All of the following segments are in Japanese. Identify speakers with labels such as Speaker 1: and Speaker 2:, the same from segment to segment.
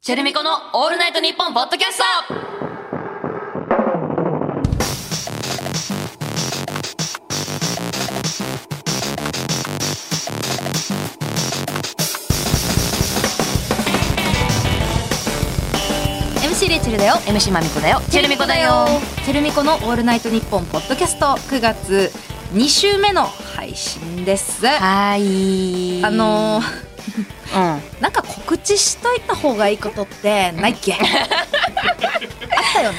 Speaker 1: チェルミコのオールナイトニッポンポッドキャスト
Speaker 2: チレチェルだよ
Speaker 1: MC まみこだよチェルミコだよ
Speaker 2: チェルミコの「オールナイトニッポン」ポッドキャスト9月2週目の配信ですあ
Speaker 1: はい
Speaker 2: のー、
Speaker 1: うん
Speaker 2: なんか告知しといた方がいいことってないっけあったよね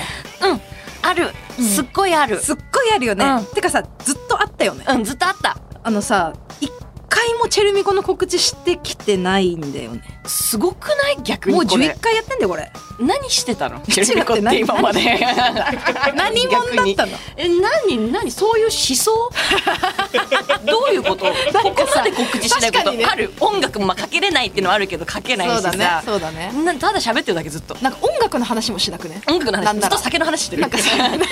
Speaker 1: ある、
Speaker 2: うん
Speaker 1: すっごいある
Speaker 2: すっごいあるよね、
Speaker 1: うん
Speaker 2: てかさずっとあったよね
Speaker 1: うんずっとあった
Speaker 2: あのさ一回もチェルミコの告知してきてないんだよね
Speaker 1: すごくない逆に
Speaker 2: もう
Speaker 1: これ
Speaker 2: 11回やってんだよこれ
Speaker 1: 何して たのチ
Speaker 2: 違う
Speaker 1: ェルミコって今まで
Speaker 2: 何者だったの
Speaker 1: え何何そういう思 想どういうことここまで告知しないこと、
Speaker 2: 確かにね
Speaker 1: ある音楽もまあかけれないっていうのはあるけどかけないしさ、
Speaker 2: そうだね
Speaker 1: なただ喋ってるだけずっと
Speaker 2: なんか音楽の話もしなくね
Speaker 1: 音楽の
Speaker 2: な
Speaker 1: 話
Speaker 2: ん
Speaker 1: ず
Speaker 2: だ
Speaker 1: っ
Speaker 2: ろ
Speaker 1: と
Speaker 2: う
Speaker 1: 酒の話してる
Speaker 2: なんかさなんか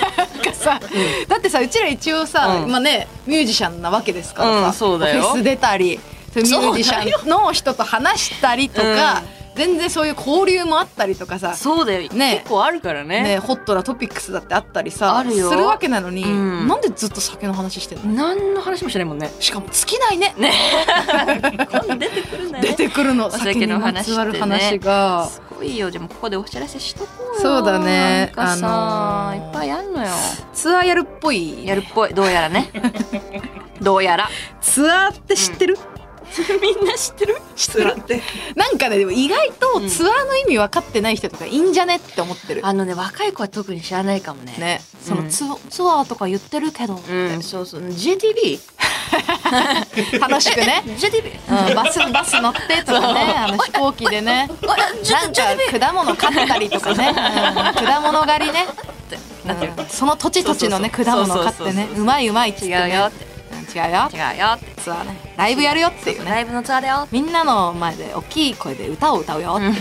Speaker 2: さ、だってさうちら一応さ、
Speaker 1: うん
Speaker 2: まあねミュージシャンなわけですからさ、
Speaker 1: うんそうだよ
Speaker 2: フェス出たりそういうミュージシ
Speaker 1: そう
Speaker 2: ャンの人と話したりとか、
Speaker 1: うん
Speaker 2: 全然そういう交流もあったりとか さ、
Speaker 1: そうだよ、
Speaker 2: ね
Speaker 1: 結構あるからね
Speaker 2: ね、ホットなトピックスだってあったりさ
Speaker 1: あるよ
Speaker 2: するわけなのに、
Speaker 1: うん
Speaker 2: なんでずっと酒の話してんの
Speaker 1: 何の話もしないもんね
Speaker 2: しかも尽きないね
Speaker 1: ね今度出てくるんだよ
Speaker 2: 出
Speaker 1: ね
Speaker 2: てくるの
Speaker 1: お酒
Speaker 2: 酒に
Speaker 1: の
Speaker 2: ま
Speaker 1: 話
Speaker 2: つわ
Speaker 1: って
Speaker 2: る
Speaker 1: ね
Speaker 2: 話が。
Speaker 1: すごいよじゃあもうここでお知らせしとこうよ
Speaker 2: そうだね
Speaker 1: なんかさ、
Speaker 2: あのー
Speaker 1: いっぱいあんのよ
Speaker 2: ツアーやるっぽい
Speaker 1: やるっぽいどうやら ねどうやら
Speaker 2: ツアーって知ってる、
Speaker 1: みんな知ってる
Speaker 2: 知ってるってなんかねでも意外とツアーの意味分かってない人とかいいんじゃねって思ってる
Speaker 1: あのね若い子は特に知らないかもね
Speaker 2: ね、そのツ,、ツアーとか言ってるけど、
Speaker 1: うんそうそう JTB
Speaker 2: 楽しくね、
Speaker 1: JTB
Speaker 2: うん、バスバス乗ってとかねあの飛行機でねなんか果物買ったりとかね、うん果物狩りね、うんその土地土地のね
Speaker 1: そうそう
Speaker 2: 果
Speaker 1: そう
Speaker 2: 物買ってね
Speaker 1: そうそうそう
Speaker 2: うまいうまいっつって、
Speaker 1: 違う
Speaker 2: ね、
Speaker 1: よっ
Speaker 2: 違うよ
Speaker 1: て違うよって
Speaker 2: ツアーねライブやるよっていうね
Speaker 1: ライブのツアーだよ
Speaker 2: みんなの前で大きい声で歌を歌うよっ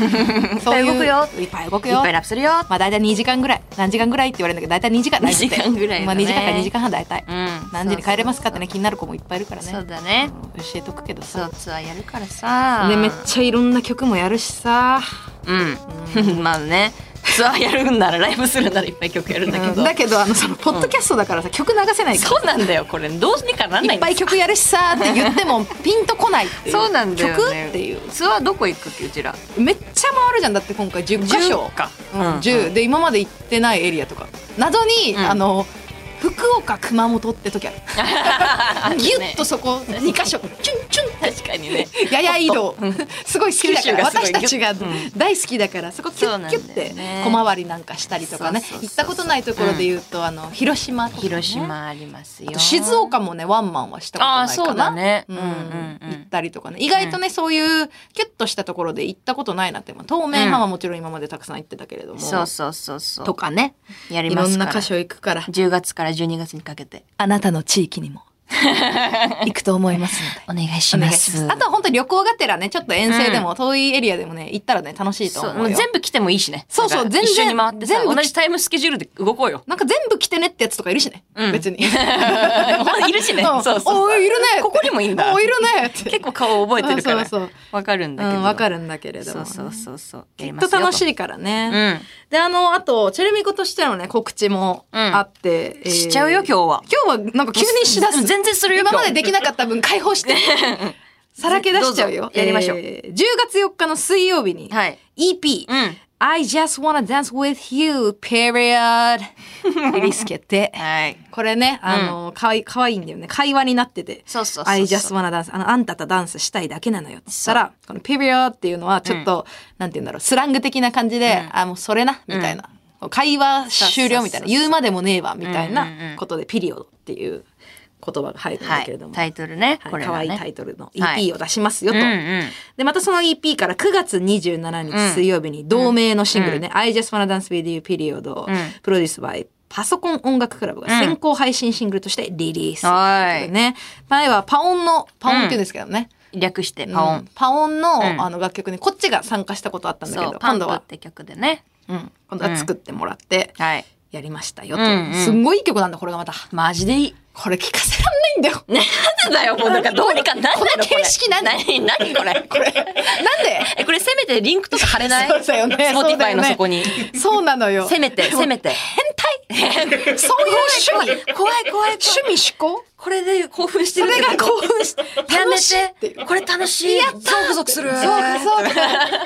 Speaker 2: てそ
Speaker 1: いっぱ
Speaker 2: う
Speaker 1: い動くよ
Speaker 2: いっぱい動く
Speaker 1: いっ
Speaker 2: よ
Speaker 1: ぱいラップするよ
Speaker 2: まあ大体2時間ぐらい何時間ぐらいって言われるんだけど大体2時間大体
Speaker 1: 2時間ぐらいだね
Speaker 2: まあ2時間か2時間半大体、
Speaker 1: うん
Speaker 2: 何時に帰れますかってね気になる子もいっぱいいるからね
Speaker 1: そうだね
Speaker 2: うん教えとくけど
Speaker 1: そ
Speaker 2: さ
Speaker 1: うツアーやるからさ
Speaker 2: でめっちゃいろんな曲もやるしさ
Speaker 1: うんまあねツアーやるんならライブするんならいっぱい曲やるんだけど、
Speaker 2: うんだけどあのそのポッドキャストだからさ、曲流せないか
Speaker 1: そうなんだよこれどうにかなんな
Speaker 2: ら
Speaker 1: いい
Speaker 2: っ
Speaker 1: ん
Speaker 2: ぱ
Speaker 1: で
Speaker 2: い曲やるしさって言ってもピンとこないってい
Speaker 1: す
Speaker 2: う
Speaker 1: そうなんだよ、ね、
Speaker 2: 曲っていう
Speaker 1: ツアーどこ行くっけうちら
Speaker 2: めっちゃ回るじゃんだって今回10箇所
Speaker 1: 10か
Speaker 2: う
Speaker 1: うん
Speaker 2: ん、10で今まで行ってないエリアとか謎に、
Speaker 1: うん
Speaker 2: あの福岡熊本って時あ るギュッとそこ2箇所チュンチュン
Speaker 1: 確かにね
Speaker 2: やや移動
Speaker 1: うん
Speaker 2: すごい好きだか
Speaker 1: 九州が
Speaker 2: ら
Speaker 1: すごい
Speaker 2: 私たちが
Speaker 1: うん
Speaker 2: 大好きだからそこキュッキュッて
Speaker 1: そうなんだよね
Speaker 2: 小回りなんかしたりとかね
Speaker 1: そうそうそう
Speaker 2: 行ったことないところで言うとあの広島とかね
Speaker 1: 広島ありますよ
Speaker 2: あと静岡もねワンマンはしたことないかな
Speaker 1: あーそうだね
Speaker 2: う
Speaker 1: うん
Speaker 2: ん
Speaker 1: うんうん
Speaker 2: 行ったりとかね意外とねそういうキュッとしたところで行ったことないなってまあ当面派はもちろん今までたくさん行ってたけれども
Speaker 1: そうそうそうそう
Speaker 2: とかね
Speaker 1: やり
Speaker 2: い
Speaker 1: ま
Speaker 2: ろ
Speaker 1: す
Speaker 2: ん
Speaker 1: か
Speaker 2: な
Speaker 1: ら
Speaker 2: 箇所行くから
Speaker 1: 10月から12月にかけて
Speaker 2: あなたの地域 にも行くと思いますので
Speaker 1: お願いし
Speaker 2: お願
Speaker 1: ま
Speaker 2: い
Speaker 1: す
Speaker 2: しますあとは本当に旅行がてらねちょっと遠征でも遠いエリアでもね行ったらね楽しいと
Speaker 1: そう
Speaker 2: 思
Speaker 1: も
Speaker 2: う
Speaker 1: う
Speaker 2: よ
Speaker 1: 全部来てもいいしね
Speaker 2: そうそ
Speaker 1: だか
Speaker 2: う
Speaker 1: ら
Speaker 2: 全然
Speaker 1: 一緒に回ってさ
Speaker 2: 全部
Speaker 1: 同じタイムスケジュールで動こうよ
Speaker 2: なんか全部来てねってやつとかいるしね、
Speaker 1: うん
Speaker 2: 別に
Speaker 1: いるしね
Speaker 2: うん
Speaker 1: そうそう
Speaker 2: おいるね
Speaker 1: ここにもいいんだ
Speaker 2: おいるねって
Speaker 1: 結構顔覚えてるから
Speaker 2: そうそう
Speaker 1: わかるんだ
Speaker 2: う
Speaker 1: けど
Speaker 2: んわかるんだけれども
Speaker 1: そ
Speaker 2: ね、
Speaker 1: うそうそうそうや
Speaker 2: き
Speaker 1: り
Speaker 2: っ
Speaker 1: ます
Speaker 2: と
Speaker 1: よと
Speaker 2: 楽しいからね、
Speaker 1: うん
Speaker 2: であのあとチェルミコとしてのね告知もあって、えー
Speaker 1: しちゃうよ今日は
Speaker 2: 今日はなんか急にしだす
Speaker 1: 全然するよ
Speaker 2: 今までできなかった分解放してさらけ出しちゃう
Speaker 1: ど
Speaker 2: よ
Speaker 1: うぞやりましょう
Speaker 2: えー10月4日の水曜日に
Speaker 1: はい
Speaker 2: EP、
Speaker 1: うん
Speaker 2: I just wanna dance with you period リリース決定
Speaker 1: はい
Speaker 2: これねあの、かわいかわいいんだよね会話になってて
Speaker 1: そうそうそうそう
Speaker 2: I just wanna dance あのあんたとダンスしたいだけなのよって言ったらこの period っていうのはちょっと、なんて言うんだろうスラング的な感じで、あもうそれなみたいな、こう会話終了みたい
Speaker 1: そうそうそうそ
Speaker 2: な
Speaker 1: う
Speaker 2: 言うまでもねえわみたい
Speaker 1: うんうんう
Speaker 2: なんことでピリオドっていう言葉が入るんだ
Speaker 1: は
Speaker 2: けれど
Speaker 1: い
Speaker 2: も、
Speaker 1: タイトルね
Speaker 2: はい
Speaker 1: これ
Speaker 2: 可
Speaker 1: は
Speaker 2: 愛い
Speaker 1: ね
Speaker 2: タイトルの
Speaker 1: はい
Speaker 2: EP を出しますよと、
Speaker 1: うんうん
Speaker 2: でまたその EP から9月27日水曜日に同名のシングルね「I Just Wanna Dance With You Period」をプロデュース by パソコン音楽クラブが先行配信シングルとしてリリース、
Speaker 1: はい
Speaker 2: ね前はパオンのパオンって言うんですけどね、
Speaker 1: 略してパオ
Speaker 2: うん
Speaker 1: ン
Speaker 2: パオンの,、
Speaker 1: ん
Speaker 2: あの楽曲にこっちが参加したことあったんだけ
Speaker 1: そ
Speaker 2: ど
Speaker 1: うパ
Speaker 2: 今
Speaker 1: ン
Speaker 2: 度
Speaker 1: プっ
Speaker 2: は、
Speaker 1: て曲でね
Speaker 2: うん今度は作ってもらって、
Speaker 1: はい
Speaker 2: やりましたよと、
Speaker 1: うんうん
Speaker 2: すんごいいい曲なんだこれがまた
Speaker 1: マジでいい。
Speaker 2: これ聞かせらんないんだよ
Speaker 1: なんでだよ、もうなんかどうにかなんなのこれ。
Speaker 2: この形式何
Speaker 1: 何何これ。これ。
Speaker 2: なんで
Speaker 1: え、これせめてリンクとか貼れない
Speaker 2: そうだよね
Speaker 1: ?Spotify のそこに。
Speaker 2: そうな のよ
Speaker 1: せめて、せめて。変態
Speaker 2: そういう趣味
Speaker 1: 怖い怖い怖い。
Speaker 2: 趣味嗜好
Speaker 1: これで興奮してる。
Speaker 2: それが興奮し
Speaker 1: や
Speaker 2: 楽しいって
Speaker 1: め
Speaker 2: いう
Speaker 1: て。これ楽しい。ゾクゾクする。
Speaker 2: そうかそうか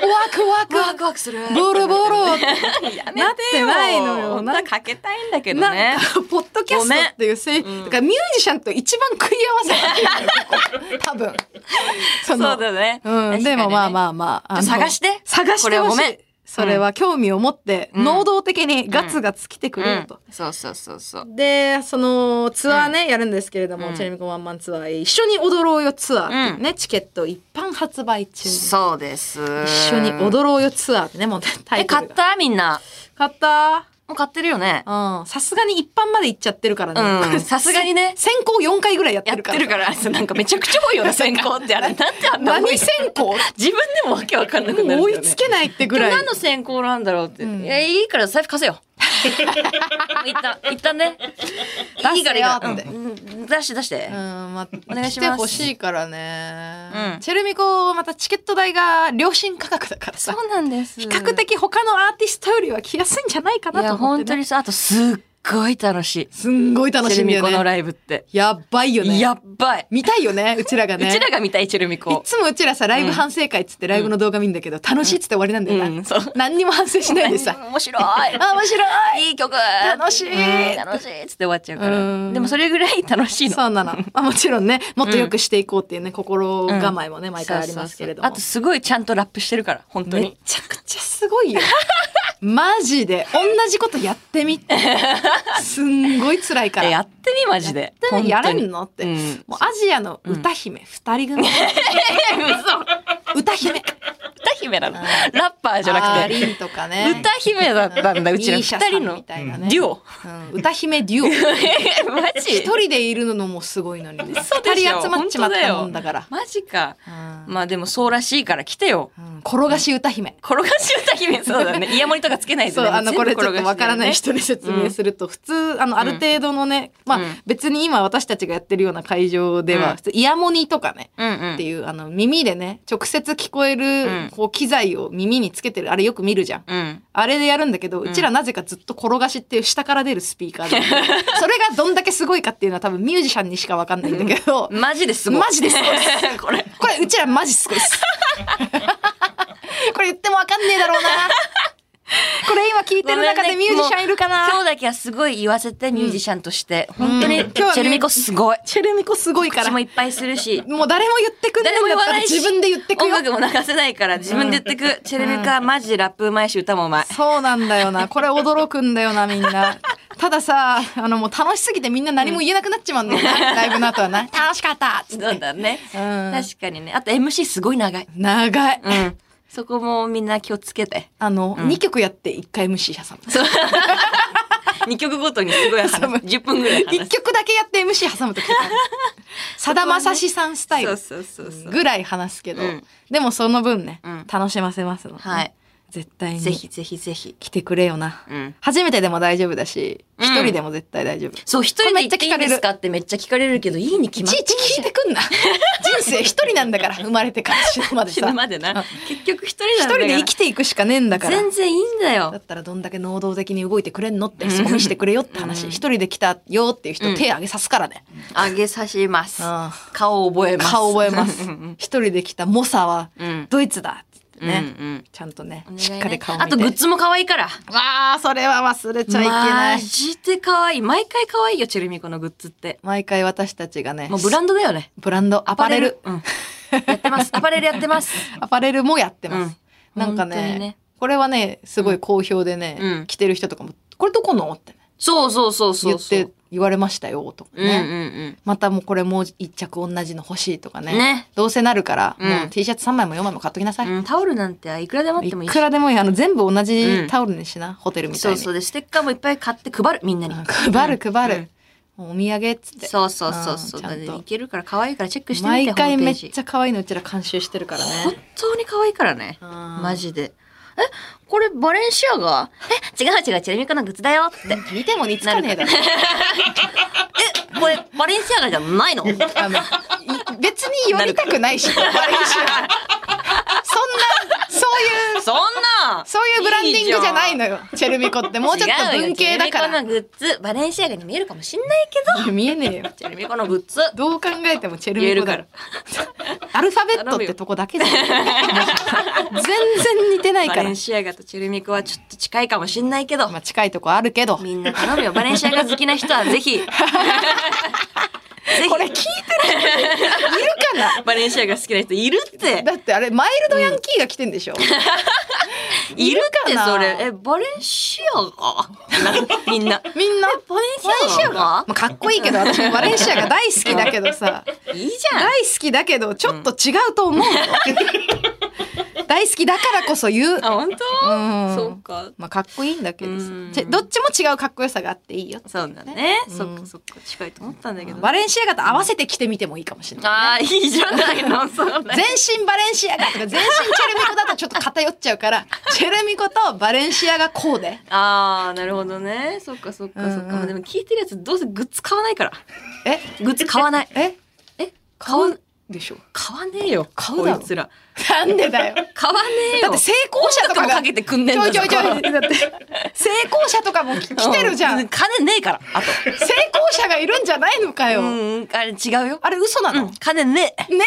Speaker 2: ワクワ
Speaker 1: ワ
Speaker 2: ク
Speaker 1: クワクする。
Speaker 2: ボロボ
Speaker 1: や
Speaker 2: ロ
Speaker 1: めてよ。
Speaker 2: なってないのよ
Speaker 1: 本当はかけたいんだけど
Speaker 2: な
Speaker 1: ね
Speaker 2: ん。かポッドキャストっていうせい、
Speaker 1: ごめんうん
Speaker 2: だからミュージシャンと一番食い合わせてる多分そ
Speaker 1: そうだね。
Speaker 2: うん、でもまあまあまあ。あの
Speaker 1: 探して
Speaker 2: 探して
Speaker 1: こ
Speaker 2: ほ
Speaker 1: れはご
Speaker 2: し
Speaker 1: めん
Speaker 2: い。それは興味を持って、
Speaker 1: うん
Speaker 2: 能動的にガツガツ来てく
Speaker 1: 確
Speaker 2: れ
Speaker 1: か
Speaker 2: よ
Speaker 1: にね。
Speaker 2: と。
Speaker 1: うんそうそうそうそう。
Speaker 2: で、そのツアーね、やるんですけれども、
Speaker 1: うん
Speaker 2: ちなみにワンマンツアー、一緒に踊ろうよツアーっていうね、チケット一般発売中。一
Speaker 1: そうです。
Speaker 2: 緒に踊ろうよツアーってね、もうタ
Speaker 1: え、
Speaker 2: イト
Speaker 1: 買
Speaker 2: ル
Speaker 1: っ
Speaker 2: が。
Speaker 1: たみんな。
Speaker 2: 買った
Speaker 1: もう買ってるよね。
Speaker 2: うん。さすがに一般まで行っちゃってるからね。
Speaker 1: うんさすがにね
Speaker 2: 先行4回ぐらいやって
Speaker 1: やっ
Speaker 2: るから。
Speaker 1: てるから、なんかめちゃくちゃ多いよね、先行ってあ れ。なんてあんな多いの
Speaker 2: 何先行も
Speaker 1: 自分でもわけわかんなくなるんだよ
Speaker 2: う
Speaker 1: ね。
Speaker 2: 追いつけないってぐらい。
Speaker 1: 今日何の選考なんだろうって、
Speaker 2: ん
Speaker 1: いやいいから財布貸 せよ一旦一旦ね
Speaker 2: 出
Speaker 1: いいからいいから、
Speaker 2: せよって
Speaker 1: うんうん出して出して、
Speaker 2: うん、まあ、
Speaker 1: お願いします
Speaker 2: 来てほしいからね。
Speaker 1: うん
Speaker 2: チェルミコ、またチケット代が良心価格だからさ。
Speaker 1: そうなんです
Speaker 2: 比較的他のアーティストよりは来やすいんじゃないか
Speaker 1: い
Speaker 2: なと
Speaker 1: や
Speaker 2: 思っ
Speaker 1: 本
Speaker 2: て、
Speaker 1: 当
Speaker 2: ね。
Speaker 1: にさあとすっごい楽しい
Speaker 2: すんごい楽
Speaker 1: チェ
Speaker 2: し
Speaker 1: ル
Speaker 2: み
Speaker 1: ミ
Speaker 2: よ
Speaker 1: コの
Speaker 2: ね。
Speaker 1: ライブって、
Speaker 2: やっばいよね。
Speaker 1: やっばい、
Speaker 2: 見たいよね、うちらがね。
Speaker 1: うちらが見たいチェルミ
Speaker 2: い
Speaker 1: コ
Speaker 2: つもうちらさ、ライブ反省会っつってライブの動画見んだけど、楽しいっつって終わりなんだよな。
Speaker 1: うんそう
Speaker 2: 何にも反省しない でさ。
Speaker 1: 面白 い
Speaker 2: あ、面白い。
Speaker 1: いい曲
Speaker 2: 楽しい
Speaker 1: うん楽しいっつって終わっちゃうか
Speaker 2: う
Speaker 1: ら
Speaker 2: ん
Speaker 1: でもそれぐらい楽しいの
Speaker 2: そうなの。まあもちろんね、もっと良くしていこうっていうね、心構えもね、毎回ありますけれども。
Speaker 1: そうそうそうあとすごいちゃんとラップしてるから本当
Speaker 2: め
Speaker 1: に
Speaker 2: ちゃくちゃすごい よ。マジで同じことやって みて。すんごい辛いか
Speaker 1: え
Speaker 2: ら。
Speaker 1: やってみマジで
Speaker 2: でもやれん
Speaker 1: の
Speaker 2: のって、
Speaker 1: うん
Speaker 2: もうアジアの歌姫二人組、
Speaker 1: 嘘
Speaker 2: 歌姫
Speaker 1: 歌姫なのラッパーじゃ
Speaker 2: あ
Speaker 1: な
Speaker 2: ー
Speaker 1: くて
Speaker 2: リンとかね
Speaker 1: 歌姫だったんだうちら二
Speaker 2: ミーシャさん
Speaker 1: 人の
Speaker 2: みたいなね
Speaker 1: デュオ
Speaker 2: うん歌姫デュオ
Speaker 1: えマジ
Speaker 2: 一人でいるのもすごいのにね
Speaker 1: 嘘で
Speaker 2: 二人
Speaker 1: しょ
Speaker 2: 集まっちまったもんだから
Speaker 1: 本当よマジか
Speaker 2: うん
Speaker 1: まあでもそうらしいから来てよ
Speaker 2: うん転がし歌姫、
Speaker 1: 転がし歌姫そうだねイヤモニとかつけないと
Speaker 2: そう
Speaker 1: ね
Speaker 2: あ
Speaker 1: 全
Speaker 2: の
Speaker 1: 部
Speaker 2: これちょ
Speaker 1: 転がしだ
Speaker 2: っと
Speaker 1: よ
Speaker 2: わ
Speaker 1: ね
Speaker 2: からない人に説明すると、普通あのある程度のね、
Speaker 1: う
Speaker 2: ま
Speaker 1: ん
Speaker 2: あ別に今私たちがやってるような会場で
Speaker 1: うん
Speaker 2: は、普通イヤモニとかね、
Speaker 1: うんうん
Speaker 2: っていうあの耳でね直接聞こえ
Speaker 1: うん
Speaker 2: るこう機材を耳につけてるあれよく見るじゃん。
Speaker 1: うん
Speaker 2: あれでやるんだけど、うちらなぜかずっと転がしっていう下から出るスピーカ ーで、それがどんだけすごいかっていうのは多分ミュージシャンにしかわかんないんだけど、
Speaker 1: マジですごい
Speaker 2: マジです
Speaker 1: これ
Speaker 2: これうちらマジすごいっす。これ言ってもわかんねえだろうな。これ今聞いてる中でミュージシャンいるかな、
Speaker 1: 今日だけはすごい言わせてミュージシャンとして
Speaker 2: ん
Speaker 1: 本当に
Speaker 2: うん今日はね
Speaker 1: チェルミコすごい
Speaker 2: チェルミコすごいか
Speaker 1: 口
Speaker 2: ら。
Speaker 1: も
Speaker 2: も
Speaker 1: いっぱいするし
Speaker 2: う 誰も言ってくれ
Speaker 1: 誰
Speaker 2: な
Speaker 1: も
Speaker 2: い
Speaker 1: 言
Speaker 2: んだっ
Speaker 1: わ
Speaker 2: たら
Speaker 1: ないし
Speaker 2: 自分で言ってく
Speaker 1: 音
Speaker 2: よ。
Speaker 1: 楽も流せないから自分で言ってくチェルミコはマジでラップうまいし歌もうまい
Speaker 2: そうなんだよな。これ驚くんだよな、みんな。たださ、あのもう楽しすぎてみんな何も言えなくなっちまうんだよな。 ライブの後はな。楽しかったっつっ
Speaker 1: そう
Speaker 2: て。
Speaker 1: だね、
Speaker 2: うん
Speaker 1: 確かにねあと MC すごい長い
Speaker 2: 長い。
Speaker 1: うんそこもみんな気をつけて
Speaker 2: あの、二2曲やって1回 MC 者さん。
Speaker 1: そう二曲ごとにすごい話す
Speaker 2: そう
Speaker 1: 10分ぐらい話
Speaker 2: 1曲だけやって MC 挟むとき。 さだまさしさんスタイル
Speaker 1: すそうそうそうそう、
Speaker 2: ぐらい話すけど
Speaker 1: うん、
Speaker 2: でもその分ね
Speaker 1: うん、
Speaker 2: 楽しませますのでね。
Speaker 1: はい
Speaker 2: 絶対
Speaker 1: ぜ
Speaker 2: に
Speaker 1: ひぜひぜひ
Speaker 2: 来てくれよな
Speaker 1: うん。
Speaker 2: 初めてでも大丈夫だし、
Speaker 1: うん
Speaker 2: 一人でも絶対大丈夫。
Speaker 1: そう一人で行っていいんです
Speaker 2: これめっちゃ聞か
Speaker 1: かってめっちゃ聞かれるけどいいに決
Speaker 2: い
Speaker 1: まっ
Speaker 2: ちい
Speaker 1: て
Speaker 2: ち聞い てくんな。人生一人なんだから、生まれてから死ぬまで
Speaker 1: 死
Speaker 2: さ
Speaker 1: ぬ。までな結局一人
Speaker 2: 一
Speaker 1: なんだ
Speaker 2: 人
Speaker 1: から
Speaker 2: で生きていくしかねえんだから。
Speaker 1: 全然いいんだ
Speaker 2: だ
Speaker 1: よ
Speaker 2: ったらどんだけ能動的に動いてくれんのって、そこ見してくれよって話。一人で来たよっていう人、手あげさすからね。
Speaker 1: あげさします
Speaker 2: うん
Speaker 1: 顔覚えます
Speaker 2: 顔覚えます
Speaker 1: うんうん。
Speaker 2: 一人で来た猛者は
Speaker 1: うん、
Speaker 2: ドイツだっつって
Speaker 1: うん
Speaker 2: ね。
Speaker 1: うん
Speaker 2: ちゃんとね
Speaker 1: お願い、ね
Speaker 2: しっかり顔見て。
Speaker 1: あとグッズも可愛いから
Speaker 2: わあ、それは忘れちゃいけない
Speaker 1: マ。ジで可愛い毎回可愛いよチェルミコのグッズって
Speaker 2: 毎回私たちがね、
Speaker 1: もうブランドだよね
Speaker 2: ブランド、アパレル。
Speaker 1: うん、やってますアパレルやってます
Speaker 2: アパレルもやってます。
Speaker 1: うん
Speaker 2: なんか
Speaker 1: 本当
Speaker 2: ね
Speaker 1: にね
Speaker 2: これはね、すごい好評でね、
Speaker 1: うん
Speaker 2: 着てる人とかも、これどこのってね、
Speaker 1: そうそうそうそうそう
Speaker 2: 言って言われましたよ、とかね。
Speaker 1: うんうん
Speaker 2: またもうこれもう一着同じの欲しいとかね。
Speaker 1: ね
Speaker 2: どうせなるから、
Speaker 1: うん
Speaker 2: もう T シャツ3枚も4枚も買っときなさい。
Speaker 1: うん、うん、タオルなんていくらでもあってもい
Speaker 2: い
Speaker 1: いし
Speaker 2: くらでもいい。あの、全部同
Speaker 1: うん
Speaker 2: じタオルにしな、ホテルみた
Speaker 1: そ
Speaker 2: いうに。
Speaker 1: そうでステッカーもいっぱい買って配るみんなに、
Speaker 2: うん配る配る。もうお土産っつって。
Speaker 1: そうそうそうそう
Speaker 2: うんちゃんと
Speaker 1: いけるから可愛いからチェックしてみて
Speaker 2: 毎回
Speaker 1: ホーム
Speaker 2: めっ
Speaker 1: ページ
Speaker 2: ちゃ可愛いのうちら監修してるからね
Speaker 1: 本。当に可愛いからね
Speaker 2: うん
Speaker 1: マジでえ、これバレンシアガえ、違う違う、チェルミコのグッズだ よって。
Speaker 2: 見ても似つかねえだろ。
Speaker 1: え、これバレンシアガじゃない の
Speaker 2: あのい別に寄りたくないし、バレンシア。そんな、そういう、
Speaker 1: そんな
Speaker 2: そういうブランディングじゃない
Speaker 1: の
Speaker 2: のよ。チェルミコって。もうちょっと文系だから。
Speaker 1: チェルミコのグッズ、バレンシアガに見えるかもしんないけど、
Speaker 2: いや見えねえよ。
Speaker 1: チェルミコのグッズ。
Speaker 2: どう考えてもチェルミ
Speaker 1: 言え
Speaker 2: コ
Speaker 1: るか
Speaker 2: だろ
Speaker 1: ら。
Speaker 2: アルファベットってとこだけじゃん。全然似てない
Speaker 1: バ
Speaker 2: か
Speaker 1: レ
Speaker 2: ら
Speaker 1: ン。シアガとチェルミコはちょっと近いかもしんないけど
Speaker 2: ま、あ近いとこあるけど。
Speaker 1: みんな頼むよ。バレンシアガ好きな人はぜ ひ。ぜひ。
Speaker 2: これ聞いてる人いるかな
Speaker 1: バレンシアガ好きな人いるって。
Speaker 2: だってあれマイルドヤンキーが来てんでしょ、
Speaker 1: いるって
Speaker 2: いるかな
Speaker 1: それ。え、バレンシアガ なみんな。
Speaker 2: みんな
Speaker 1: バレンシアガ
Speaker 2: まあ、かっこいいけど私もバレンシアが大好きだけどさ
Speaker 1: いいじゃん。
Speaker 2: 大好きだけどちょっと違うと思う、大好きだからこそ言う、
Speaker 1: あ、本
Speaker 2: うん
Speaker 1: 当そうか。
Speaker 2: まあ、かっこいいんだけどさ
Speaker 1: うん
Speaker 2: ちどっちも違うかっこよさがあっていいよ
Speaker 1: そうだね。
Speaker 2: うん
Speaker 1: そっかそっか。近いと思ったんだけど。
Speaker 2: バレンシアガと合わせて着てみてもいいかもしれな
Speaker 1: あー、
Speaker 2: い、
Speaker 1: いいじゃんだけど、そう ね。
Speaker 2: 全身バレンシアガとか全身チェルミコだとちょっと偏っちゃうからチェルミコとバレンシアガコーデ
Speaker 1: あー、なるほどね。そっかそっかそっ
Speaker 2: うんう
Speaker 1: か。
Speaker 2: ん
Speaker 1: でも聞いてるやつどうせグッズ買わないから。
Speaker 2: え
Speaker 1: グッズ買わない。
Speaker 2: え
Speaker 1: え、買わ、
Speaker 2: でしょ
Speaker 1: 買わねえよ。
Speaker 2: 買
Speaker 1: 買
Speaker 2: う
Speaker 1: う
Speaker 2: だろ
Speaker 1: こいつら。
Speaker 2: なんでだよ
Speaker 1: 買わねえよ。
Speaker 2: だって成功者とか
Speaker 1: 音楽も
Speaker 2: が
Speaker 1: かけてくんねえんだ
Speaker 2: ちょいちょいちょい
Speaker 1: そこ
Speaker 2: だって成功者とかも来てるじゃん
Speaker 1: う金ねえから、あと。
Speaker 2: 成功者がいるんじゃないのかよ、
Speaker 1: うん、あれ違うよ。
Speaker 2: あれ嘘なの、
Speaker 1: うん、金ねえ。
Speaker 2: ね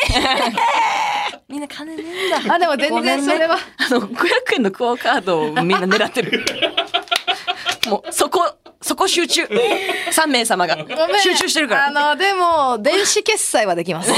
Speaker 1: みんな金ねえんだ。
Speaker 2: あでも全然それは、
Speaker 1: あの、500円のクオカードをみんな狙って る。もう、そこ、そこ集中。3名様が
Speaker 2: ごめん。
Speaker 1: 集中してるから。
Speaker 2: あのでも電子決済はできます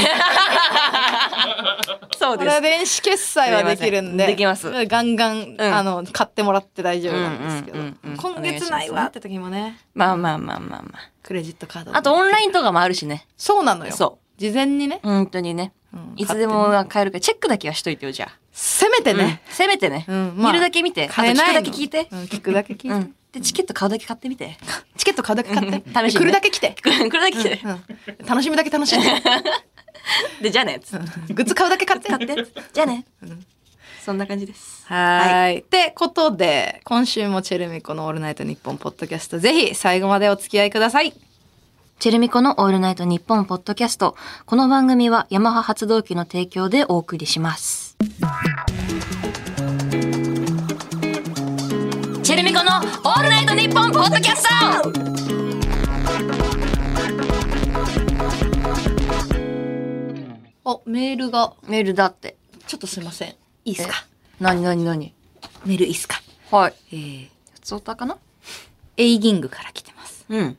Speaker 1: そうで
Speaker 2: これは
Speaker 1: す。
Speaker 2: 電子決済はできるんで
Speaker 1: できます
Speaker 2: ガンガン、
Speaker 1: ん
Speaker 2: あの買ってもらって大丈夫なんですけど、
Speaker 1: うんうんうんうん
Speaker 2: 今月ないわって時もね
Speaker 1: まあまあまあまあま
Speaker 2: クレジットカード
Speaker 1: あ。あと、オンラインとかもあるしね。
Speaker 2: そうなのよ
Speaker 1: そ
Speaker 2: 事前にね、
Speaker 1: 本当にね。
Speaker 2: うん
Speaker 1: いつでも買えるから、チェックだけはしといてよ、じゃあ。
Speaker 2: せめてね、
Speaker 1: せめてね。
Speaker 2: うんまあ
Speaker 1: 見るだけ見て。あと
Speaker 2: 買え
Speaker 1: 聞く
Speaker 2: ないの
Speaker 1: だけ聞いて
Speaker 2: う。ん聞くだけ聞いて、
Speaker 1: うん。で、チケット買うだけ買ってみ て。
Speaker 2: チケット買うだけ買 って、
Speaker 1: うん試しにね
Speaker 2: 来るだけ来て、
Speaker 1: これだけで。
Speaker 2: うん楽しむだけ楽しんで
Speaker 1: で、じゃあね。つって
Speaker 2: グッズ買うだけ買って。
Speaker 1: 買って。じゃあね。そんな感じです。
Speaker 2: はーい。ってことで、今週もチェルミコのオールナイトニッポンポッドキャスト、ぜひ最後までお付き合いください。
Speaker 1: チェルミコのオールナイトニッポンポッドキャスト。この番組はヤマハ発動機の提供でお送りします。チェルミコのオールナイトニッポンポッドキャスト
Speaker 2: あ、メールが、
Speaker 1: メールだって。
Speaker 2: ちょっとすいません。いいっすか
Speaker 1: なになになに
Speaker 2: メールいいっすか
Speaker 1: はい。
Speaker 2: えー、
Speaker 1: 普通歌かな
Speaker 2: エイギングから来てます。
Speaker 1: うん。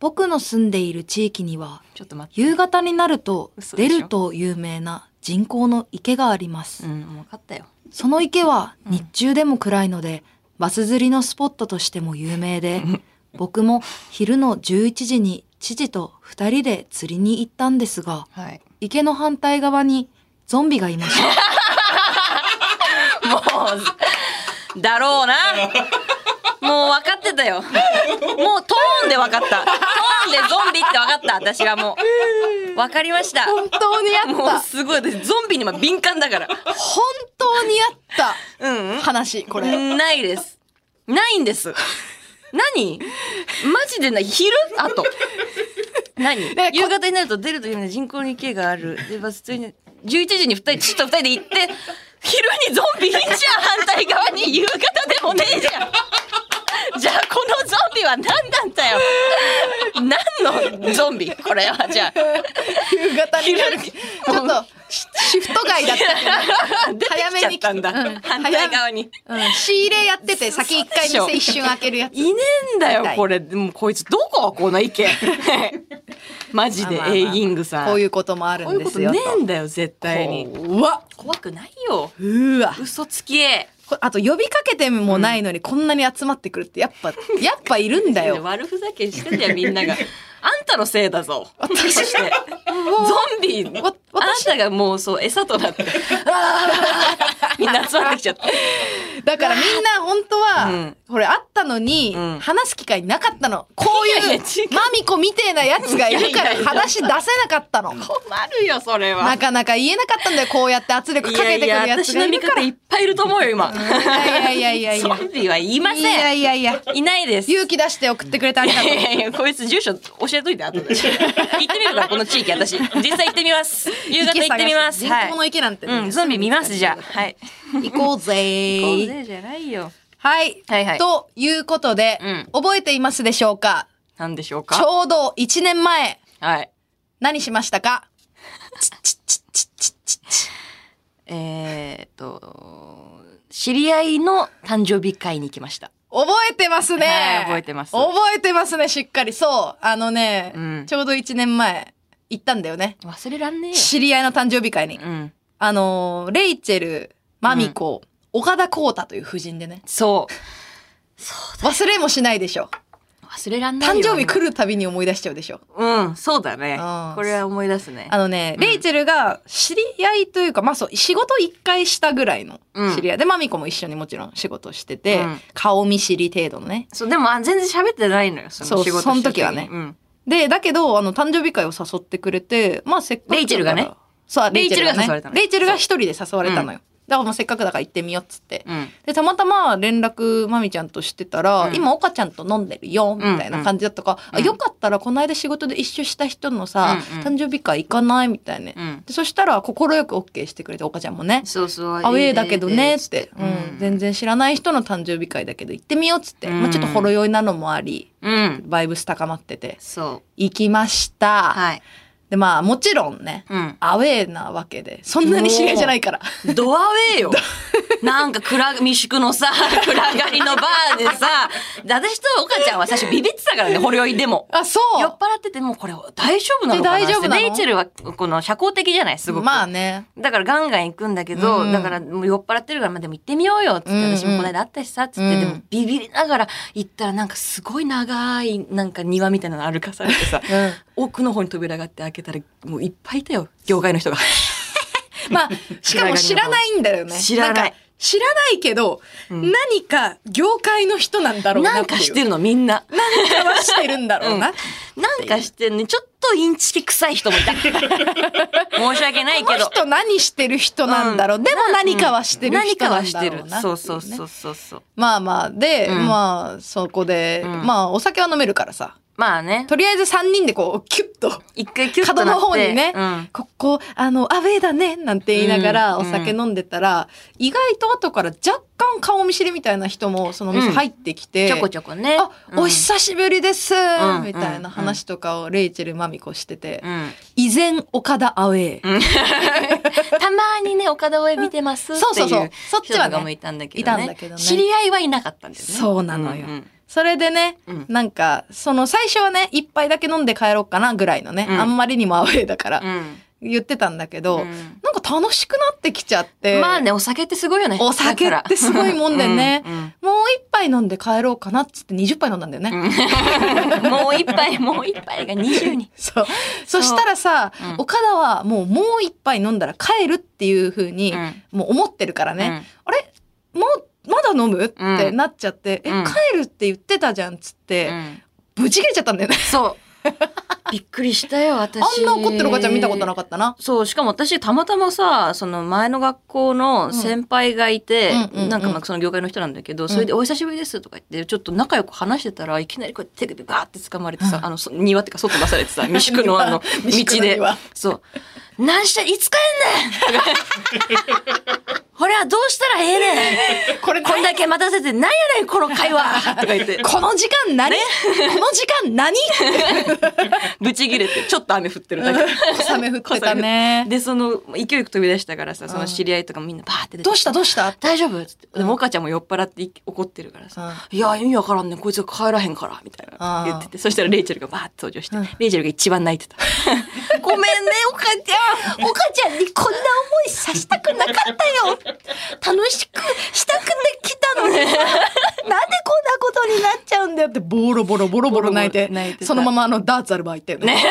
Speaker 3: 僕の住んでいる地域には
Speaker 1: ちょっと待って。
Speaker 3: 夕方になると
Speaker 1: 嘘で
Speaker 3: 出
Speaker 1: しょ
Speaker 3: ると有名な人工の池があります、
Speaker 1: うん、もう分かったよ。
Speaker 3: その池は日中でも暗いので、バス釣りのスポットとしても有名で、僕も昼の11時に父と2人で釣りに行ったんですが、
Speaker 1: はい。
Speaker 3: 池の反対側にゾンビがいました。
Speaker 1: もう、だろうな。もう分かってたよ。もうトーンで分かった。トーンでゾンビって分かった。私はもう。分かりました。
Speaker 2: 本当にあった。
Speaker 1: もう
Speaker 2: 本
Speaker 1: すごい。私ゾンビには敏感だから。
Speaker 2: 当にあっ
Speaker 1: うん
Speaker 2: た話、これ。
Speaker 1: うん。ないです。ないんです。何マジでない。昼あと。何
Speaker 2: ねこ
Speaker 1: 夕方になると出るというのは人工の池がある。で、バス通に、11時に二人、ちょっと二人で行って、昼にゾンビいんじゃん反対側に夕方でもねえじゃんじゃあこのゾンビは何なんだよ何のゾンビこれはじ ゃ
Speaker 2: 夕方になる。ちょっと、シシフト外だった。
Speaker 1: あ。出てきちゃったんだ。
Speaker 2: 早めに来たう
Speaker 1: 反
Speaker 2: ん
Speaker 1: 対側に。
Speaker 2: うん、仕入れやってて、先一回
Speaker 1: そう
Speaker 2: 店
Speaker 1: で
Speaker 2: 一瞬開けるやつ。
Speaker 1: いねえんだよ
Speaker 2: 痛い
Speaker 1: これでもこいつどここの 池マジで
Speaker 2: まあまあまあ
Speaker 1: エイギングさん
Speaker 2: こういうこともある
Speaker 1: こうい
Speaker 2: ん
Speaker 1: う
Speaker 2: で
Speaker 1: こと
Speaker 2: すよ。
Speaker 1: ねえんだよ絶対に
Speaker 2: うわ
Speaker 1: 怖くないよ
Speaker 2: うわ
Speaker 1: 嘘つき
Speaker 2: こあと呼びかけてもないのにこんなに集まってくるってやっ ぱ、やっぱいるんだよ。
Speaker 1: 悪ふざけしてたよみん ながあんたのせいだぞ私してゾンビあん
Speaker 2: わ私
Speaker 1: たがもうそう餌 となってみんな集まってきちゃった
Speaker 2: だからみんな本当はが、
Speaker 1: うん
Speaker 2: これあったのに、
Speaker 1: うん
Speaker 2: 話す機会なかったの。こう
Speaker 1: いや
Speaker 2: い
Speaker 1: 違
Speaker 2: う、マミコみてえなやつがいるか
Speaker 1: いやいやい
Speaker 2: ら
Speaker 1: や
Speaker 2: 話し出せなかったの。
Speaker 1: 困るよそれ
Speaker 2: なかなか言えなかったんだよ、こうやって圧力かけてくる
Speaker 1: いやいや
Speaker 2: やつ
Speaker 1: 私の
Speaker 2: がい
Speaker 1: 味
Speaker 2: るか
Speaker 1: 方
Speaker 2: ら。
Speaker 1: い
Speaker 2: い
Speaker 1: っぱいいると思うよ今
Speaker 2: やいやいやいや い
Speaker 1: ゾ
Speaker 2: や。
Speaker 1: ンビは言いませ
Speaker 2: いや
Speaker 1: ん
Speaker 2: いやいや。
Speaker 1: いないです
Speaker 2: 勇気出して送ってくれてありが
Speaker 1: い
Speaker 2: とう。
Speaker 1: や いやこいつ住所教えといて後で行ってみるからこの地域私実際行ってみます夕方行ってみます
Speaker 2: 人
Speaker 1: は
Speaker 2: 工の池なんてね、
Speaker 1: いうんゾンビ見ますじゃあはい
Speaker 2: 行こうぜ
Speaker 1: 行こうぜじゃないよ
Speaker 2: はい。
Speaker 1: はいはい
Speaker 2: ということで、
Speaker 1: うん
Speaker 2: 覚えていますでしょうか
Speaker 1: なんでしょう
Speaker 2: ち
Speaker 1: か
Speaker 2: ょうど1年前、
Speaker 1: はい
Speaker 2: 何しましたか
Speaker 1: えーっと知り合いの誕生日会に行きました
Speaker 2: 覚えてますね、
Speaker 1: はい覚えてます
Speaker 2: 覚えてますね、しっかり。そう。あのね、
Speaker 1: うん
Speaker 2: ちょうど1年前、行ったんだよね。
Speaker 1: 忘れらんねえよ
Speaker 2: 知り合いの誕生日会に。
Speaker 1: うん
Speaker 2: あのー、レイチェル、マミコ、岡田光太という夫人でね。
Speaker 1: そう
Speaker 2: 忘れもしないでしょ。
Speaker 1: 忘れらんない
Speaker 2: 誕
Speaker 1: よ
Speaker 2: 生日来るたびに思い出しちゃうでしょ。
Speaker 1: うんそうだね
Speaker 2: うん
Speaker 1: これは思い出すね
Speaker 2: あのね、レイチェルが知り合いというか、まあそう、仕事一回したぐらいの知り合い。で、マミコも一緒にもちろん仕事してて、
Speaker 1: うん
Speaker 2: 顔見知り程度のね。
Speaker 1: そうでもあ全然喋ってないのよその仕事してる
Speaker 2: そうその時はね
Speaker 1: うん
Speaker 2: で、だけど、あの、誕生日会を誘ってくれて、まあせっかくだから。
Speaker 1: レイチェルがね。
Speaker 2: そう、レイチェルが
Speaker 1: レイチェルが誘われた。の
Speaker 2: ねレイチェルが一人で誘われたのよ。だからもうせっかくだから行ってみようっつって。
Speaker 1: うん
Speaker 2: で、たまたま連絡、まみちゃんとしてたら、
Speaker 1: うん
Speaker 2: 今、岡ちゃんと飲んでるよ、みたいな感じだったから、
Speaker 1: うん
Speaker 2: あよかったら、この間仕事で一緒した人のさ、
Speaker 1: うんうん
Speaker 2: 誕生日会行かないみたいな、ね
Speaker 1: うん
Speaker 2: でそしたら、快く OK してくれて、岡ちゃんもね。
Speaker 1: そうそう
Speaker 2: アウェーだけどねって、
Speaker 1: う
Speaker 2: うん
Speaker 1: ん
Speaker 2: 全然知らない人の誕生日会だけど行ってみようっつって、
Speaker 1: うん
Speaker 2: まあ、ちょっとほろ酔いなのもあり
Speaker 1: うん
Speaker 2: バイブス高まってて
Speaker 1: そう
Speaker 2: 行きました、
Speaker 1: はい
Speaker 2: でまあもちろんね
Speaker 1: うん
Speaker 2: アウェーなわけでそんなに知り合いじゃないから
Speaker 1: ドアウェイよ。 なんか暗、未宿の さ、暗がりのバーでさ、で私と岡ちゃんは最初ビビってた からね、ほろ酔いでも。
Speaker 2: あそ
Speaker 1: 酔っ
Speaker 2: う
Speaker 1: 払ってて、もうこれ大丈夫なのかなって
Speaker 2: で大丈夫なの
Speaker 1: レイチェルはこの社交的じゃないすごく。
Speaker 2: まあね
Speaker 1: だからガンガン行くんだけど、
Speaker 2: うん
Speaker 1: だからもう酔っ払ってるから、まあでも行ってみようよっつって、
Speaker 2: うん
Speaker 1: 私もこの間会ったしさ、つって、
Speaker 2: うん
Speaker 1: でもビビりながら行ったらなんかすごい長いなんか庭みたいなの歩かされてさ、
Speaker 2: うん
Speaker 1: 奥の方に扉があって開けたらもういっぱいいたよ、業界の人が。
Speaker 2: まあしかも知らないんだよね
Speaker 1: 知らない
Speaker 2: んか知らないけど、
Speaker 1: うん
Speaker 2: 何か業界の人なんだろう
Speaker 1: な
Speaker 2: なっ
Speaker 1: ん
Speaker 2: てい
Speaker 1: か
Speaker 2: う
Speaker 1: してるのみんな。
Speaker 2: 何かはしてるんだろうな、
Speaker 1: なんかしてんね、ちょっとインチキ臭い人もいた。 申し訳ない
Speaker 2: こ
Speaker 1: け
Speaker 2: の
Speaker 1: ど。
Speaker 2: 人何してる人なんだろう、でも何かはしてる
Speaker 1: 何
Speaker 2: 人
Speaker 1: か
Speaker 2: な
Speaker 1: は
Speaker 2: ん
Speaker 1: し
Speaker 2: だ
Speaker 1: て
Speaker 2: ろ
Speaker 1: る
Speaker 2: うな。
Speaker 1: そうそう
Speaker 2: ってい
Speaker 1: そう
Speaker 2: ね
Speaker 1: うそうそう。
Speaker 2: まあまあで、
Speaker 1: うん
Speaker 2: まあそこで、
Speaker 1: うん
Speaker 2: まあお酒は飲めるからさ
Speaker 1: まあね。
Speaker 2: とりあえず3人でこうキュッと
Speaker 1: 一回キュッとなって。
Speaker 2: 角の方にね、
Speaker 1: うん
Speaker 2: ここあのアウェーだねなんて言いながら
Speaker 1: う
Speaker 2: お
Speaker 1: ん
Speaker 2: 酒飲んでたら、意外と後から若干顔見知りみたいな人もその店入ってきて、
Speaker 1: ちょこちょこね。
Speaker 2: あ、
Speaker 1: うん
Speaker 2: お久しぶりです、
Speaker 1: ん
Speaker 2: みたいな話とかをレイチェル・マミコしてて、
Speaker 1: うん。
Speaker 2: 依然岡田アウェー、
Speaker 1: たまにね、岡田親見てますっていう。
Speaker 2: そうそうそうそっちはね
Speaker 1: 人がもいたんだけどね。
Speaker 2: いたんだけどね
Speaker 1: 知り合いはいなかったんだよね。
Speaker 2: そうなのよ
Speaker 1: んん
Speaker 2: それでね、
Speaker 1: うん
Speaker 2: なんかその最初はね一杯だけ飲んで帰ろうかなぐらいのね、
Speaker 1: うん
Speaker 2: あんまりにもアウェーだから
Speaker 1: うん
Speaker 2: 言ってたんだけど、
Speaker 1: うん
Speaker 2: なんか楽しくなってきちゃって、
Speaker 1: まあね、お酒ってすごいよね。
Speaker 2: お酒ってすごいもんでね
Speaker 1: うんうん
Speaker 2: もう一杯飲んで帰ろうかなっつって20杯飲んだんだよね、
Speaker 1: もう一杯、もう一杯が20に。
Speaker 2: そうそしたらさ、
Speaker 1: うん
Speaker 2: 岡田はもうもう一杯飲んだら帰るっていう風に、
Speaker 1: うん
Speaker 2: もう思ってるからね、あれもうまだ飲むってなっちゃって、
Speaker 1: うんう
Speaker 2: え
Speaker 1: ん
Speaker 2: 帰るって言ってたじゃんっつっ
Speaker 1: う
Speaker 2: て、
Speaker 1: ん。
Speaker 2: ぶち切れちゃったんだよね
Speaker 1: そう。びっくりしたよ、
Speaker 2: あ
Speaker 1: 私。
Speaker 2: んな怒ってる岡ちゃん見たことな
Speaker 1: く
Speaker 2: かったな
Speaker 1: そう、しかも私、たまたまさ、その前の学校の先輩がいて、
Speaker 2: うんうん
Speaker 1: なんかまあその業界の人なんだけど、それでお久しぶりですとか言って、ちょっと仲良く話してたらいきなりこうやって手でバーって掴まれてさ、あの、そ庭っていうか外出されて さ、未宿のあの、
Speaker 2: 未
Speaker 1: 道
Speaker 2: 宿の
Speaker 1: で
Speaker 2: 庭。
Speaker 1: そう。なんして、いつ帰んねんとかこれはどうしたらええねん
Speaker 2: これ
Speaker 1: こんだけ待たせて、なんやねん、この会話とか言って、
Speaker 2: この時間何、この時間何
Speaker 1: ぶち切れて、ちょっと雨降ってるだけ。
Speaker 2: 小雨降ってたね。
Speaker 1: でその勢いよく飛び出したからさその知り合いとかみんなバーって出て
Speaker 2: どうしたどうした
Speaker 1: 大丈夫?」っつってでも岡ちゃんも酔っ払ってい怒ってるからさ「いや意味わからんねこいつが帰らへんから」みたいな
Speaker 2: うん
Speaker 1: 言っててそしたらレイチェルがバーって登場して、レイチェルが一番泣いてた「 ごめんね岡ちゃん岡ちゃんにこんな思いさせたくなかったよ楽しくしたくてきたのね
Speaker 2: なんでこんなことになっちゃうんだよってボロボロボロボロ泣い
Speaker 1: ボ
Speaker 2: て
Speaker 1: ロボロ泣いてた
Speaker 2: そのままあのダーツアルバー行ったよね」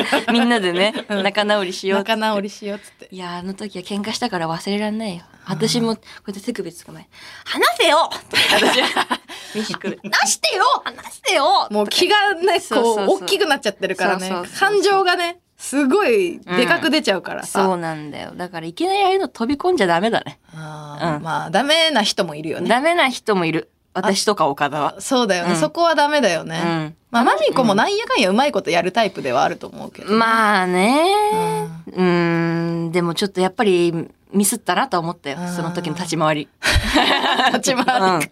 Speaker 1: みんなでね仲直りしようっつって
Speaker 2: 仲直りしようっつって
Speaker 1: いやあの時は喧嘩したから忘れらんないよ私も、こうやって手首つかまえ、話せよ って私は、見てくる。話してよ話してよ
Speaker 2: もう気がね、
Speaker 1: そう
Speaker 2: こ
Speaker 1: そう
Speaker 2: う
Speaker 1: そう
Speaker 2: 大きくなっちゃってるから
Speaker 1: そ
Speaker 2: ね
Speaker 1: うそうそうそう
Speaker 2: 感情がねすごいでかく出ちゃうからさ、
Speaker 1: そうなんだよ。だから、いきなりああいうの飛び込んじゃダメだね。
Speaker 2: あー
Speaker 1: うん
Speaker 2: まあダメな人もいるよね
Speaker 1: ダメな人もいる。私とか岡田は。
Speaker 2: そうだよね、
Speaker 1: うん
Speaker 2: そこはダメだよ
Speaker 1: う
Speaker 2: ね、
Speaker 1: ん。
Speaker 2: まあマミコもなんやかんやうまいことやるタイプではあると思うけど、
Speaker 1: まあね。うーん。でもちょっとやっぱり、ミスったなとは思ったよ
Speaker 2: うん。
Speaker 1: その時の立ち回 り。
Speaker 2: 立ち回
Speaker 1: うん。
Speaker 2: る、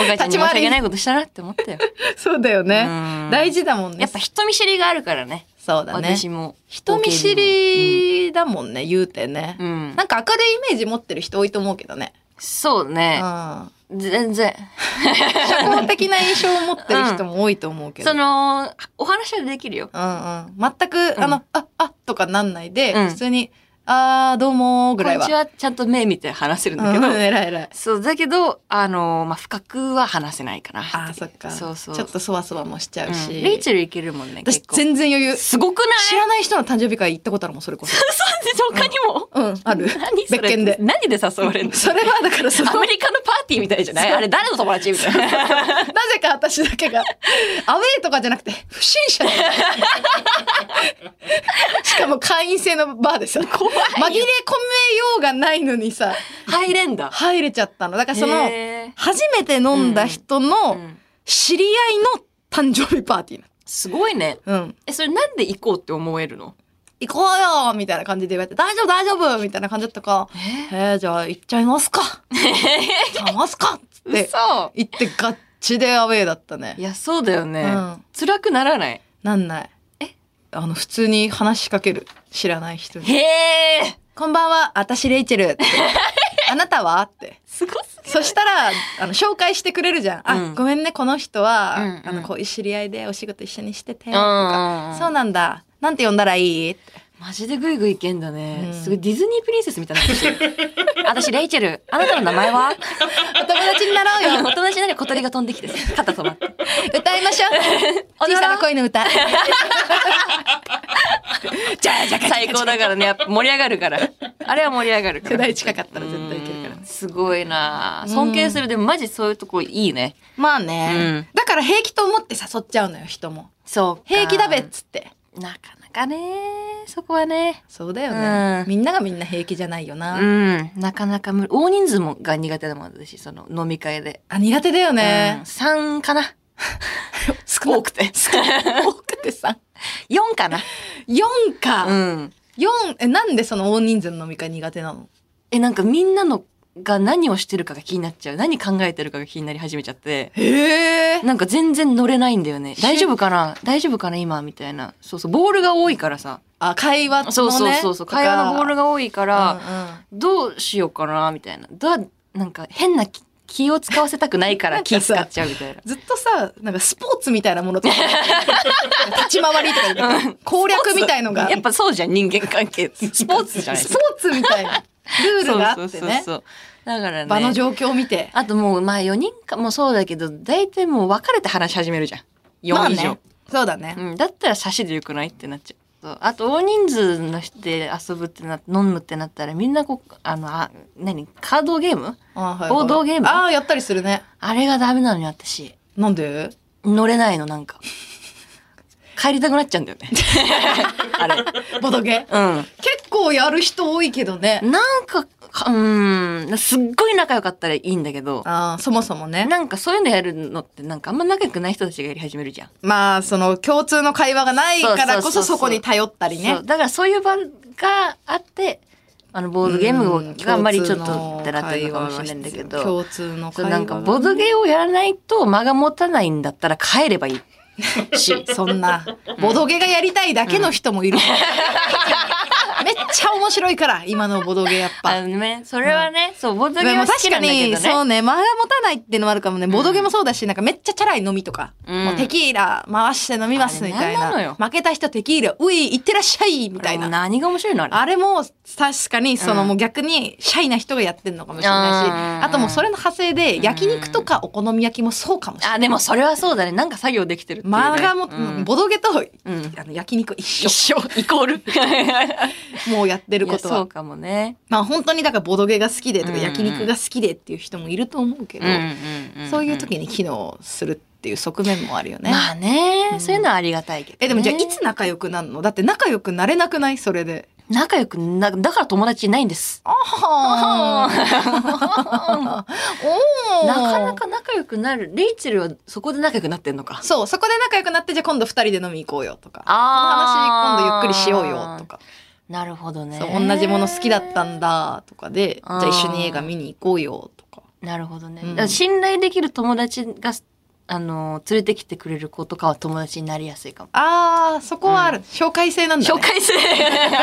Speaker 1: お母ちゃんに申し訳ないことしたなって思ったよ。
Speaker 2: そうだよね、
Speaker 1: うん
Speaker 2: 大事だもんね
Speaker 1: やっぱ人見知りがあるからね。
Speaker 2: そうだね
Speaker 1: 私も。
Speaker 2: 人見知りだもんね、言うてね、
Speaker 1: うん。
Speaker 2: なんか明るいイメージ持ってる人多いと思うけどね、
Speaker 1: そう
Speaker 2: うん、
Speaker 1: ね。
Speaker 2: 社
Speaker 1: 全然。
Speaker 2: 交的な印象を持ってる人も多いと思うけど、
Speaker 1: その、お話はできるよ。
Speaker 2: うんうん、全く、
Speaker 1: ん
Speaker 2: あの「ああとかなんないで、
Speaker 1: うん
Speaker 2: 普通に「あーどうも」ぐ
Speaker 1: こ
Speaker 2: らい
Speaker 1: ん
Speaker 2: は
Speaker 1: ちはちゃんと目見て話せるんだけど
Speaker 2: うん、。 偉い偉い
Speaker 1: そう、だけど、あの、まあ、深くは話せないかな。
Speaker 2: あーそっか
Speaker 1: そうそう
Speaker 2: ちょっとそわそわもしちゃ
Speaker 1: う
Speaker 2: うんし、
Speaker 1: レイチェルいけるもんね、
Speaker 2: 私
Speaker 1: 結構。
Speaker 2: 全然余裕
Speaker 1: すごくない
Speaker 2: 知らない人の誕生日会行ったことあるもんそれこそ
Speaker 1: そう他にも、
Speaker 2: うんある
Speaker 1: 何それ
Speaker 2: 別件で
Speaker 1: 何で誘われるの
Speaker 2: それはだからその
Speaker 1: アメリカのパーティーみたいじゃない
Speaker 2: そう
Speaker 1: あれ誰の友達みたいな。
Speaker 2: なぜか私だけがアウェイとかじゃなくて不審 者だしかも会員制のバーでさ
Speaker 1: 怖い。
Speaker 2: 紛れ込めようがないのにさ
Speaker 1: 入れんだ。
Speaker 2: 入れちゃったのだからその
Speaker 1: へ
Speaker 2: 初めて飲んだ
Speaker 1: ー
Speaker 2: 人
Speaker 1: う
Speaker 2: の
Speaker 1: ん
Speaker 2: 知り合いの誕生日パーティー
Speaker 1: すごいね。
Speaker 2: なのうん
Speaker 1: え、それなんで行こうって思えるの
Speaker 2: 行こうよみたいな感じで言われて大丈夫大丈夫みたいな感じだったから
Speaker 1: え
Speaker 2: えー、じゃあ行っちゃいますか。行っちゃいますかっつっ て、
Speaker 1: 嘘
Speaker 2: 行ってガッチでアウェイだったね
Speaker 1: い。や、そうだよね。
Speaker 2: うん
Speaker 1: 辛くならない。
Speaker 2: なんない。えあの、普通に話しかける。知らない人に。
Speaker 1: へえ
Speaker 2: こんばんは、私レイチェル って。あなたはって。
Speaker 1: すごすぎる
Speaker 2: そしたら、あの、紹介してくれるじゃん。あ、
Speaker 1: うん
Speaker 2: ごめんね、この人は、
Speaker 1: うんうん
Speaker 2: あの、こういう知り合いでお仕事一緒にしてて、と
Speaker 1: うんうんう
Speaker 2: か
Speaker 1: ん。
Speaker 2: そうなんだ。なんて呼んだらいいって
Speaker 1: マジでグイグイいけんだね、
Speaker 2: うん
Speaker 1: すごいディズニープリンセスみたいなこと してる私レイチェルあなたの名前は
Speaker 2: お友達になろう よ。
Speaker 1: お友達になる小鳥が飛んできて肩止まって
Speaker 2: 歌いましょう。 小さな恋の歌。
Speaker 1: じゃあじゃあ最高だからねやっぱ盛り上がるから あれは盛り上がるから
Speaker 2: 世代近かったら絶対いけるから
Speaker 1: うんすごいなあ尊敬するでもマジそういうとこいいね
Speaker 2: まあね、
Speaker 1: うん
Speaker 2: だから平気と思って誘っちゃうのよ人も
Speaker 1: そう
Speaker 2: 平気だべっ
Speaker 1: な
Speaker 2: つって
Speaker 1: かなかねそこはね
Speaker 2: そうだよね、
Speaker 1: うん
Speaker 2: みんながみんな平気じゃないよな、
Speaker 1: うんなかなか無理大人数もが苦手だもん私その飲み会で、
Speaker 2: あ苦手だよ
Speaker 1: うん、
Speaker 2: ね、
Speaker 1: 3かな
Speaker 2: 少な
Speaker 1: 多くて
Speaker 2: 多くてさ
Speaker 1: 4かな
Speaker 2: 4
Speaker 1: う
Speaker 2: か、
Speaker 1: ん
Speaker 2: 四えなんでその大人数の飲み会苦手なの
Speaker 1: えなんかみんなのが何をしてるかが気になっちゃう何考えてるかが気になり始めちゃって
Speaker 2: へえ
Speaker 1: なんか全然乗れないんだよね
Speaker 2: し
Speaker 1: 大丈夫かな大丈夫かな今みたいなそうそうボールが多いからさ
Speaker 2: あ会話のね
Speaker 1: そうそうそうそう
Speaker 2: とか
Speaker 1: 会話のボールが多いから、
Speaker 2: うん
Speaker 1: どうしようかなみたいなだなんか変な気気を使わせたくないか
Speaker 2: な
Speaker 1: ら
Speaker 2: んか
Speaker 1: 気
Speaker 2: さ
Speaker 1: 使っちゃうみたいな
Speaker 2: ずっとさなんかスポーツみたいなものとか 立ち回りとか言って攻略みたいのが
Speaker 1: やっぱそうじゃん人間関係 スポーツじゃない
Speaker 2: スポーツみたいなルールがあってね
Speaker 1: そうそうそうそうだからね
Speaker 2: 場の状況を見て
Speaker 1: あともうまあ4人かもそうだけど大体もう別れて話し始めるじゃん4以上、
Speaker 2: ね、そうだね、
Speaker 1: うん、だったら差しでよくないってなっちゃう。そうあと大人数の人で遊ぶってな飲むってなったらみんなこうあのあ何カードゲーム
Speaker 2: あはいはい
Speaker 1: ボードゲーム
Speaker 2: ああやったりするね
Speaker 1: あれがダメなのに私
Speaker 2: なんで
Speaker 1: 乗れないのなん か帰りたくなっちゃうんだよね あれ
Speaker 2: ボドゲ
Speaker 1: う
Speaker 2: 結構やる人多いけどね
Speaker 1: んなんかかうんすっごい仲良かったらいいんだけど
Speaker 2: ああそもそもね
Speaker 1: なんかそういうのやるのってなんかあんま仲良くない人たちがやり始めるじゃん
Speaker 2: まあその共通の会話がないからこ
Speaker 1: そうそうそ
Speaker 2: そう
Speaker 1: そう
Speaker 2: そこに頼ったりね
Speaker 1: そうだからそういう場があってあのボードゲームがあんまりちょっと
Speaker 2: っ
Speaker 1: ってなってるのかもしれないんだけど
Speaker 2: 共通の
Speaker 1: そ
Speaker 2: 会
Speaker 1: う
Speaker 2: 話
Speaker 1: なんかボードゲーをやらないと間が持たないんだったら帰ればいいし
Speaker 2: そんなボドゲがやりたいだけの人もいる、 めっちゃ面白いから今のボドゲやっ
Speaker 1: あ
Speaker 2: ぱ
Speaker 1: のねそれはね、そうボードゲー
Speaker 2: で
Speaker 1: ム
Speaker 2: も
Speaker 1: は好き
Speaker 2: 確
Speaker 1: な
Speaker 2: か
Speaker 1: んだけ
Speaker 2: に、
Speaker 1: ど
Speaker 2: そう
Speaker 1: ね
Speaker 2: ね、間が持たないっていうのもあるかもね、ボドゲもそうだし、なんかめっちゃチャラい飲みとか、
Speaker 1: うん
Speaker 2: もうテキーラ回して飲みますみたい
Speaker 1: あれ何なの
Speaker 2: な。
Speaker 1: よ
Speaker 2: 負けた人テキーラ、うい、いってらっしゃいみたい
Speaker 1: もう
Speaker 2: な。
Speaker 1: 何が面白いのあれ
Speaker 2: あれも確かに、その
Speaker 1: うん
Speaker 2: もう逆にシャイな人がやってんのかもしれないし、
Speaker 1: うん
Speaker 2: あともうそれの派生で、焼肉とかお好み焼きもそうかもしれ
Speaker 1: あ
Speaker 2: ない。
Speaker 1: でもそれはそうだねなんか作業できてるっていう、ね、
Speaker 2: 間が
Speaker 1: う
Speaker 2: も、
Speaker 1: ん
Speaker 2: ボドゲと、
Speaker 1: うん
Speaker 2: あの焼肉一 緒
Speaker 1: 一。緒イコール
Speaker 2: ももうやってる
Speaker 1: いや
Speaker 2: こと
Speaker 1: そう
Speaker 2: は。
Speaker 1: かもね。
Speaker 2: まあ本当にだからボドゲが好きでと
Speaker 1: う
Speaker 2: か
Speaker 1: んうん
Speaker 2: 焼肉が好きでっていう人もいると思うけど、そういう時
Speaker 1: に
Speaker 2: に機能するっていう側面もあるよね。
Speaker 1: まあね、
Speaker 2: うん
Speaker 1: そういうのはありがたいけど、ね。
Speaker 2: え、でもじゃあいつ仲良くなるのだって仲良くなれなくないそ れで。
Speaker 1: 仲良くな、だから友達いないんです。
Speaker 2: あ は
Speaker 1: な
Speaker 2: おー
Speaker 1: かなか仲良くなる。レイチェルはそこで仲良くなってんのか。
Speaker 2: そう、そこで仲良くなって、じゃあ今度二人で飲み行こうよとか。この
Speaker 1: あー
Speaker 2: 話今度ゆっくりしようよとか。
Speaker 1: なるほどね。
Speaker 2: そう、同じもの好きだったんだとかで、じ
Speaker 1: あー
Speaker 2: ゃあ一緒に映画見に行こうよとか。
Speaker 1: なるほどね。
Speaker 2: うん
Speaker 1: だから信頼できる友達が、あの、連れてきてくれる子とかは友達になりやすいかも。
Speaker 2: あー、そこはある。紹介制なんだ、ね。
Speaker 1: 紹介制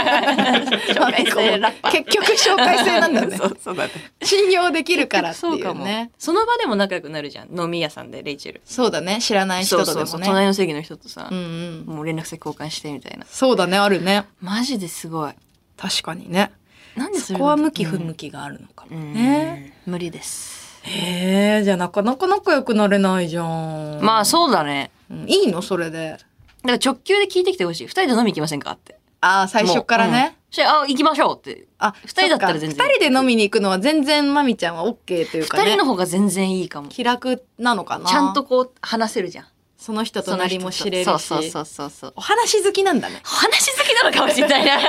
Speaker 1: 紹介制ラッパー。
Speaker 2: 結局紹介制なんだ ね。
Speaker 1: そうそうだね。
Speaker 2: 信用できるからってい
Speaker 1: そうか
Speaker 2: う
Speaker 1: も
Speaker 2: ね。。
Speaker 1: その場でも仲良くなるじゃん。飲み屋さんで、レイチェル。
Speaker 2: そうだね。知らない人
Speaker 1: そう
Speaker 2: とで
Speaker 1: そう
Speaker 2: も
Speaker 1: そう。
Speaker 2: ね。
Speaker 1: 隣の席の人とさ
Speaker 2: う、んうん。
Speaker 1: もう連絡先交換してみたいな。
Speaker 2: そうだね、あるね。
Speaker 1: マジですごい。
Speaker 2: 確かにね。
Speaker 1: なんで
Speaker 2: そこは向き不
Speaker 1: き
Speaker 2: 向きがあるのかもね。
Speaker 1: ね、無理です。
Speaker 2: へえ、じゃあなかなか仲良くなれないじゃん。
Speaker 1: まあそうだね。
Speaker 2: うんいいのそれ
Speaker 1: だ
Speaker 2: で。
Speaker 1: から直球で聞いてきてほしい。二人で飲み行きませんかって。
Speaker 2: ああ、最初から
Speaker 1: もう。うん
Speaker 2: ね。
Speaker 1: そしてあ、行きましょうって。
Speaker 2: あ、
Speaker 1: 二人だったら全然
Speaker 2: そっか二人で飲みに行くのは全然まみちゃんは OK というか
Speaker 1: 二
Speaker 2: ね。
Speaker 1: 人の方が全然いいかも。ち
Speaker 2: 気楽なのかな。
Speaker 1: ゃんとこう話せるじゃん。
Speaker 2: その人となりも知れるし。
Speaker 1: そうそうそうそうそう。
Speaker 2: お話好きなんだね。
Speaker 1: 話好きなのかもしれないな。
Speaker 2: や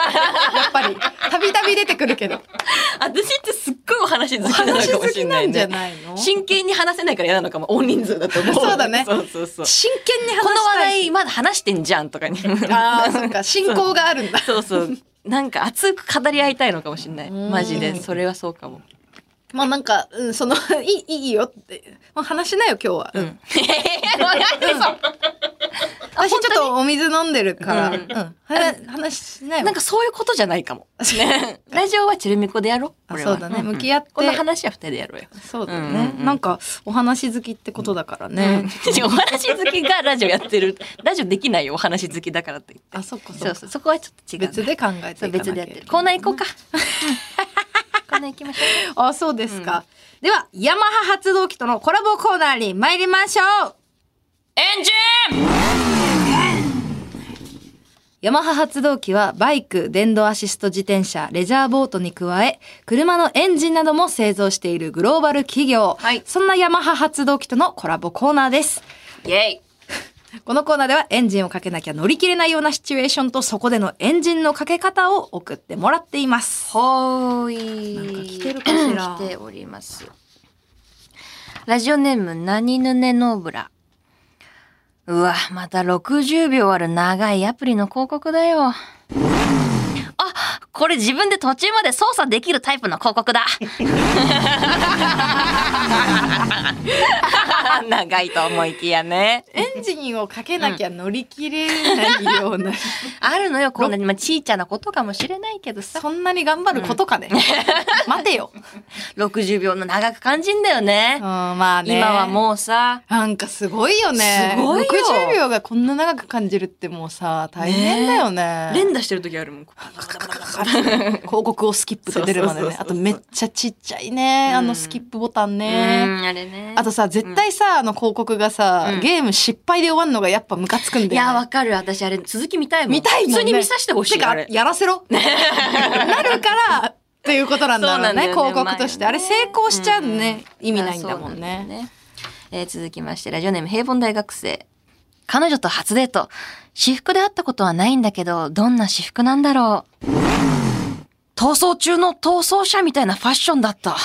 Speaker 2: っぱり、たびたび出てくるけど。
Speaker 1: 私ってすっごいお話好
Speaker 2: お
Speaker 1: きなの
Speaker 2: 話
Speaker 1: か
Speaker 2: 好
Speaker 1: もし
Speaker 2: き
Speaker 1: れな
Speaker 2: ないんじゃ
Speaker 1: ね。
Speaker 2: ないの
Speaker 1: 真剣に話せないから嫌なのかも。大人数だと思う。
Speaker 2: そうだね
Speaker 1: そうそうそう。
Speaker 2: 真剣に話したい。
Speaker 1: この話題まだ話してんじゃんとかに。
Speaker 2: ああ、そっか。進行があるんだ。
Speaker 1: そうそう。なんか熱く語り合いたいのかもしれない。
Speaker 2: うん
Speaker 1: マジで。それはそうかも。
Speaker 2: まあなんか、うん、その、 いい、いいよって。もう話しなよ、今日は。
Speaker 1: うん。 なんでさ
Speaker 2: 私ちょっとお水飲んでるから。
Speaker 1: うん
Speaker 2: うん。は話しなよ。
Speaker 1: なん かそういうことじゃない かも。ね、ラジオはチェルミコでやろう。
Speaker 2: あ
Speaker 1: 俺
Speaker 2: そ
Speaker 1: は
Speaker 2: うだね。
Speaker 1: んん
Speaker 2: 向き合って。
Speaker 1: この話は二人でやろうよ。
Speaker 2: そうだね、
Speaker 1: うんうん
Speaker 2: なんかお話好きってことだからね、
Speaker 1: お話好きがラジオやってる。ラジオできないよ、お話好きだからって言って。
Speaker 2: あそっかそっか
Speaker 1: そうそう、そこはちょっと違う。
Speaker 2: 別で考え
Speaker 1: そう、
Speaker 2: ていかなきゃ
Speaker 1: 別でやってる。コーナー行こうか。 コーナー行きましょ
Speaker 2: あそうですか、
Speaker 3: では、ヤマハ発動機とのコラボコーナーに参りましょう
Speaker 1: う。エンジ
Speaker 3: ヤマハ発動機はバイク、電動アシスト自転車、レジャーボートに加え、車のエンジンなども製造しているグローバル企業。
Speaker 1: はい
Speaker 3: そんなヤマハ発動機とのコラボコーナーです。
Speaker 1: ンイェイ
Speaker 3: このコーナーではエンジンをかけなきゃ乗り切れないようなシチュエーションとそこでのエンジンのかけ方を送ってもらっています。
Speaker 1: ほーい。
Speaker 3: なんか来てるかしら
Speaker 1: 来ております。ラジオネーム、なにぬねノーブラ。うわ、また60秒ある長いアプリの広告だよ。あ、これ自分で途中まで操作できるタイプの広告だ。長いと思いきやね。
Speaker 2: エンジンをかけなきゃ乗り切れないような、
Speaker 1: あるのよ、こんなに、まあ、ちいちゃなことかもしれないけどさ。
Speaker 2: そんなに頑張ることかね、待てよ、
Speaker 1: 60秒の長く感じんだよね
Speaker 2: うん、。まあね
Speaker 1: 今はもうさ、
Speaker 2: なんかすごいよね
Speaker 1: すごいよ
Speaker 2: 60秒がこんな長く感じるってもうさ大変だよね
Speaker 1: 連打してる時あるもん。
Speaker 2: 広告をスキップで出るまで
Speaker 1: そう
Speaker 2: ね
Speaker 1: そうそうそ
Speaker 2: あ
Speaker 1: う
Speaker 2: とめっちゃちっちゃいね、あのスキップボタンね、
Speaker 1: うんあれね。
Speaker 2: あとさ絶対さ、あの広告がさ、
Speaker 1: うん
Speaker 2: ゲーム失敗で終わんのがやっぱムカつくん
Speaker 1: い
Speaker 2: だよ、ね、
Speaker 1: や、わかる。私、あれ、続き見たいもん。
Speaker 2: 見たいもん、ね、
Speaker 1: 普通に見させてほしい。
Speaker 2: てか
Speaker 1: あれ
Speaker 2: やら せろなるからっていうことなんだろ
Speaker 1: そうな
Speaker 2: うん
Speaker 1: だ
Speaker 2: ね
Speaker 1: よね
Speaker 2: 広告として、
Speaker 1: まあ
Speaker 2: あ
Speaker 1: ね
Speaker 2: れ成功しちゃうのね、意味ないんだもん
Speaker 1: あそうなんだ
Speaker 2: ね
Speaker 1: よえー続きまして、ラジオネーム平凡大学生。彼女と初デート。私服で会ったことはないんだけど、どんな私服なんだろう。逃走中の逃走者みたいなファッションだった。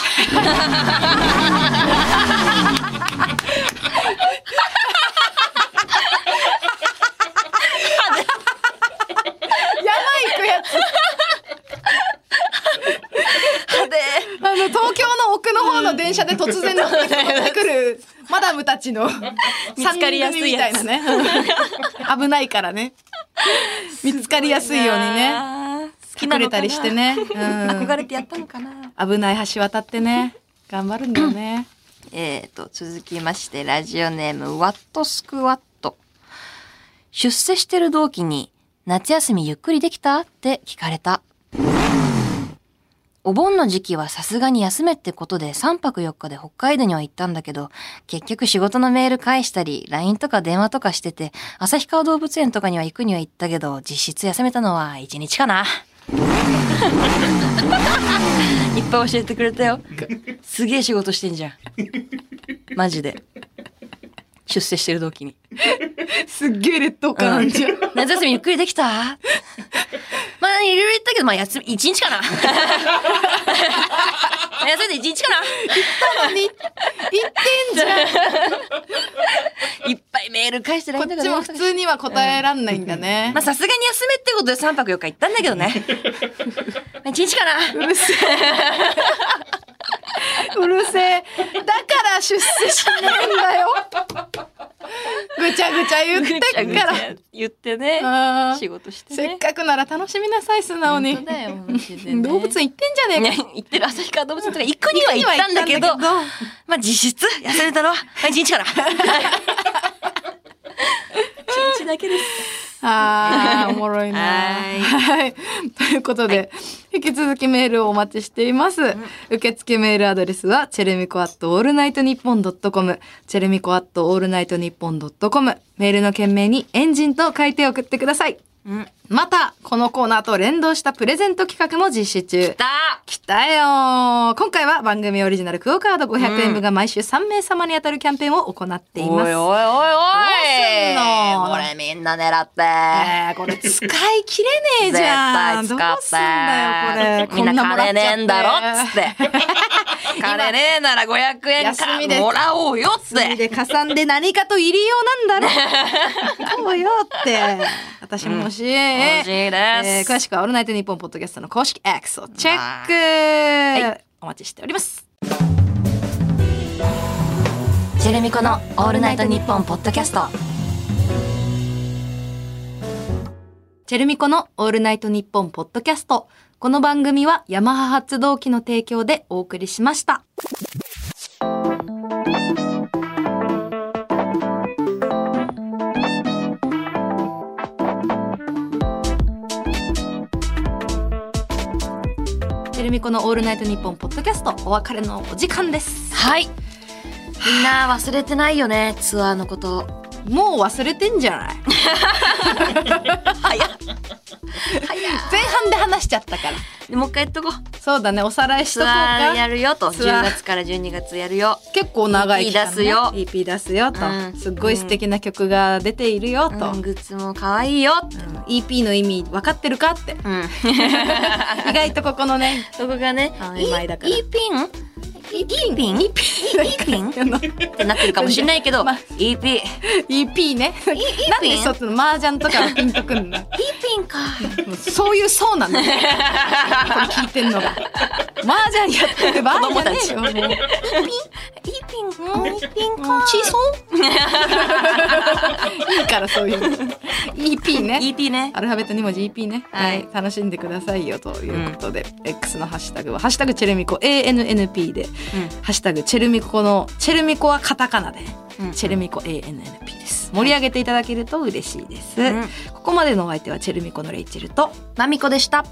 Speaker 2: やばいやつあの東京の奥の方の電車で突然乗ってくるマダムたちの
Speaker 1: 見つかりや
Speaker 2: 三
Speaker 1: すい
Speaker 2: 人組みた
Speaker 1: や
Speaker 2: い
Speaker 1: つ
Speaker 2: なね危ないからね見つかりやすいようにね
Speaker 1: ね。好きな
Speaker 2: 隠
Speaker 1: の
Speaker 2: れ
Speaker 1: かな
Speaker 2: たりして。ね、うん
Speaker 1: 憧れてやったのかな。
Speaker 2: 危ない橋渡ってね頑張るんだよ ね
Speaker 1: えー、と、続きまして、ラジオネーム、ワットスクワット。出世してる同期に、夏休みゆっくりできたって聞かれた。お盆の時期はさすがに休めってことで3泊4日で北海道には行ったんだけど、結局仕事のメール返したり、LINE とか電話とかしてて、旭川動物園とかには行くには行ったけど、実質休めたのは1日かな。いっぱい教えてくれたよ。すげえ仕事してんじゃん。マジで。出世してる時に。
Speaker 2: すっげえ劣等感あんじゃん。
Speaker 1: 夏休みゆっくりできたまあ、いろいろ言ったけど、まあ、休み、一日かな。休んで一日か
Speaker 2: 言ってんじゃん。
Speaker 1: な。いっぱいメール返してない
Speaker 2: こ
Speaker 1: んだ
Speaker 2: っ
Speaker 1: か
Speaker 2: ち
Speaker 1: ら
Speaker 2: も普通には答えらんないんだね
Speaker 1: まあ。さすがに休めってことで3泊4日行ったんだけどね。一日かな
Speaker 2: うるせえ。うるせえ。だから出世しないんだよ。ぐちゃぐちゃ言ってっから。
Speaker 1: 言ってね。
Speaker 2: あー
Speaker 1: 仕事して
Speaker 2: せっ
Speaker 1: ね。
Speaker 2: かくなら楽しみなさい素直に
Speaker 1: 本当だよマジでね
Speaker 2: 動物園行ってんじゃね
Speaker 1: ね、行ってる旭川動物園とか行くには行ったんだけど、まあ実質休めたのは1日から。1日だけです。
Speaker 2: えかあーおもろいな
Speaker 1: はい
Speaker 2: はいということで、引き続きメールをお待ちしています、受付メールアドレスはチェルミコアットオールナイトニッポンドットコムチェルミコアットオールナイトニッポンドットコムメールの件名にエンジンと書いて送ってください
Speaker 1: うん。だ
Speaker 2: またこのコーナーと連動したプレゼント企画も実施中来たよー今回は番組オリジナルクオカード500円分が毎週3名様に当たるキャンペーンを行ってい
Speaker 1: おいおいお
Speaker 2: ます、
Speaker 1: い
Speaker 2: い
Speaker 1: おいこれみんな狙って。
Speaker 2: えーこれ使い切れねえじゃん
Speaker 1: 絶対
Speaker 2: どうすんだ
Speaker 1: 使
Speaker 2: よ
Speaker 1: っ
Speaker 2: こ
Speaker 1: て。
Speaker 2: れ
Speaker 1: みんな金ねえんだ
Speaker 2: こんなもら
Speaker 1: ろっ
Speaker 2: っちゃ
Speaker 1: つって。金ねえなら500円
Speaker 2: 休み
Speaker 1: か
Speaker 2: で
Speaker 1: もらおうよっつっ
Speaker 2: 罪
Speaker 1: て。
Speaker 2: で加算で何かと入りようなんだろこうよって私も欲
Speaker 1: 欲し
Speaker 2: しい、
Speaker 1: いです
Speaker 2: えー詳しくは「オールナイトニッポン」ポッドキャストの公式 X をチェック、
Speaker 1: はい
Speaker 2: お待ちしております
Speaker 1: ジェレミコの「オールナイトニッポン」ポッドキャスト
Speaker 2: チェルミコのオールナイトニッポンポッドキャスト。この番組はヤマハ発動機の提供でお送りしました。チェルミコのオールナイトニッポンポッドキャストお別れのお時間です。
Speaker 1: はいみんな忘れてないよねツアーのこと
Speaker 2: もう忘れてんじゃない
Speaker 1: 早っ
Speaker 2: 前半で話しちゃったから。
Speaker 1: もう一回やっとこう
Speaker 2: そうだね、おさらいしと
Speaker 1: ツ
Speaker 2: こう
Speaker 1: アーや
Speaker 2: か。
Speaker 1: るよと
Speaker 2: ツア
Speaker 1: 10
Speaker 2: ー
Speaker 1: 月から12月やるよ
Speaker 2: 結構長い期間、ね、
Speaker 1: EP 出すよ
Speaker 2: EP 出すよと、
Speaker 1: うん
Speaker 2: すっごい素敵な曲が出ているよ
Speaker 1: う
Speaker 2: と、
Speaker 1: んグッズも可愛いよって
Speaker 2: EP の意味分かってるか って
Speaker 1: うん
Speaker 2: 意外とここのね
Speaker 1: そこがね
Speaker 2: 曖昧だか
Speaker 1: い
Speaker 2: ら
Speaker 1: いいピンいいピンいいピン
Speaker 2: あの
Speaker 1: ってなってるかもしれないけど
Speaker 2: まあ
Speaker 1: いいピンいい
Speaker 2: EP ねなんでそっちの麻雀とかはピンとくんだ
Speaker 1: ピンか
Speaker 2: もうそういうそうなんだよこれ聞いてんのが麻雀やってる場合じゃねえよもうピン
Speaker 1: いいピンかいいピン
Speaker 2: もう
Speaker 1: か
Speaker 2: チーソーいいからそういうの EP ね
Speaker 1: いいピンね
Speaker 2: アルファベット2文字 EP ね、
Speaker 1: はい
Speaker 2: 楽しんでくださいよということで、X のハッシュタグは「ハッシュタグチェルミコ ANNP」で、ハッシュタグチェルミコのチェルミコはカタカナで、
Speaker 1: うん
Speaker 2: チェルミコ ANNP です盛り上げていただけると嬉しいです、
Speaker 1: うん
Speaker 2: ここまでのお相手はチェルミコのレイチェルと
Speaker 1: まみこでした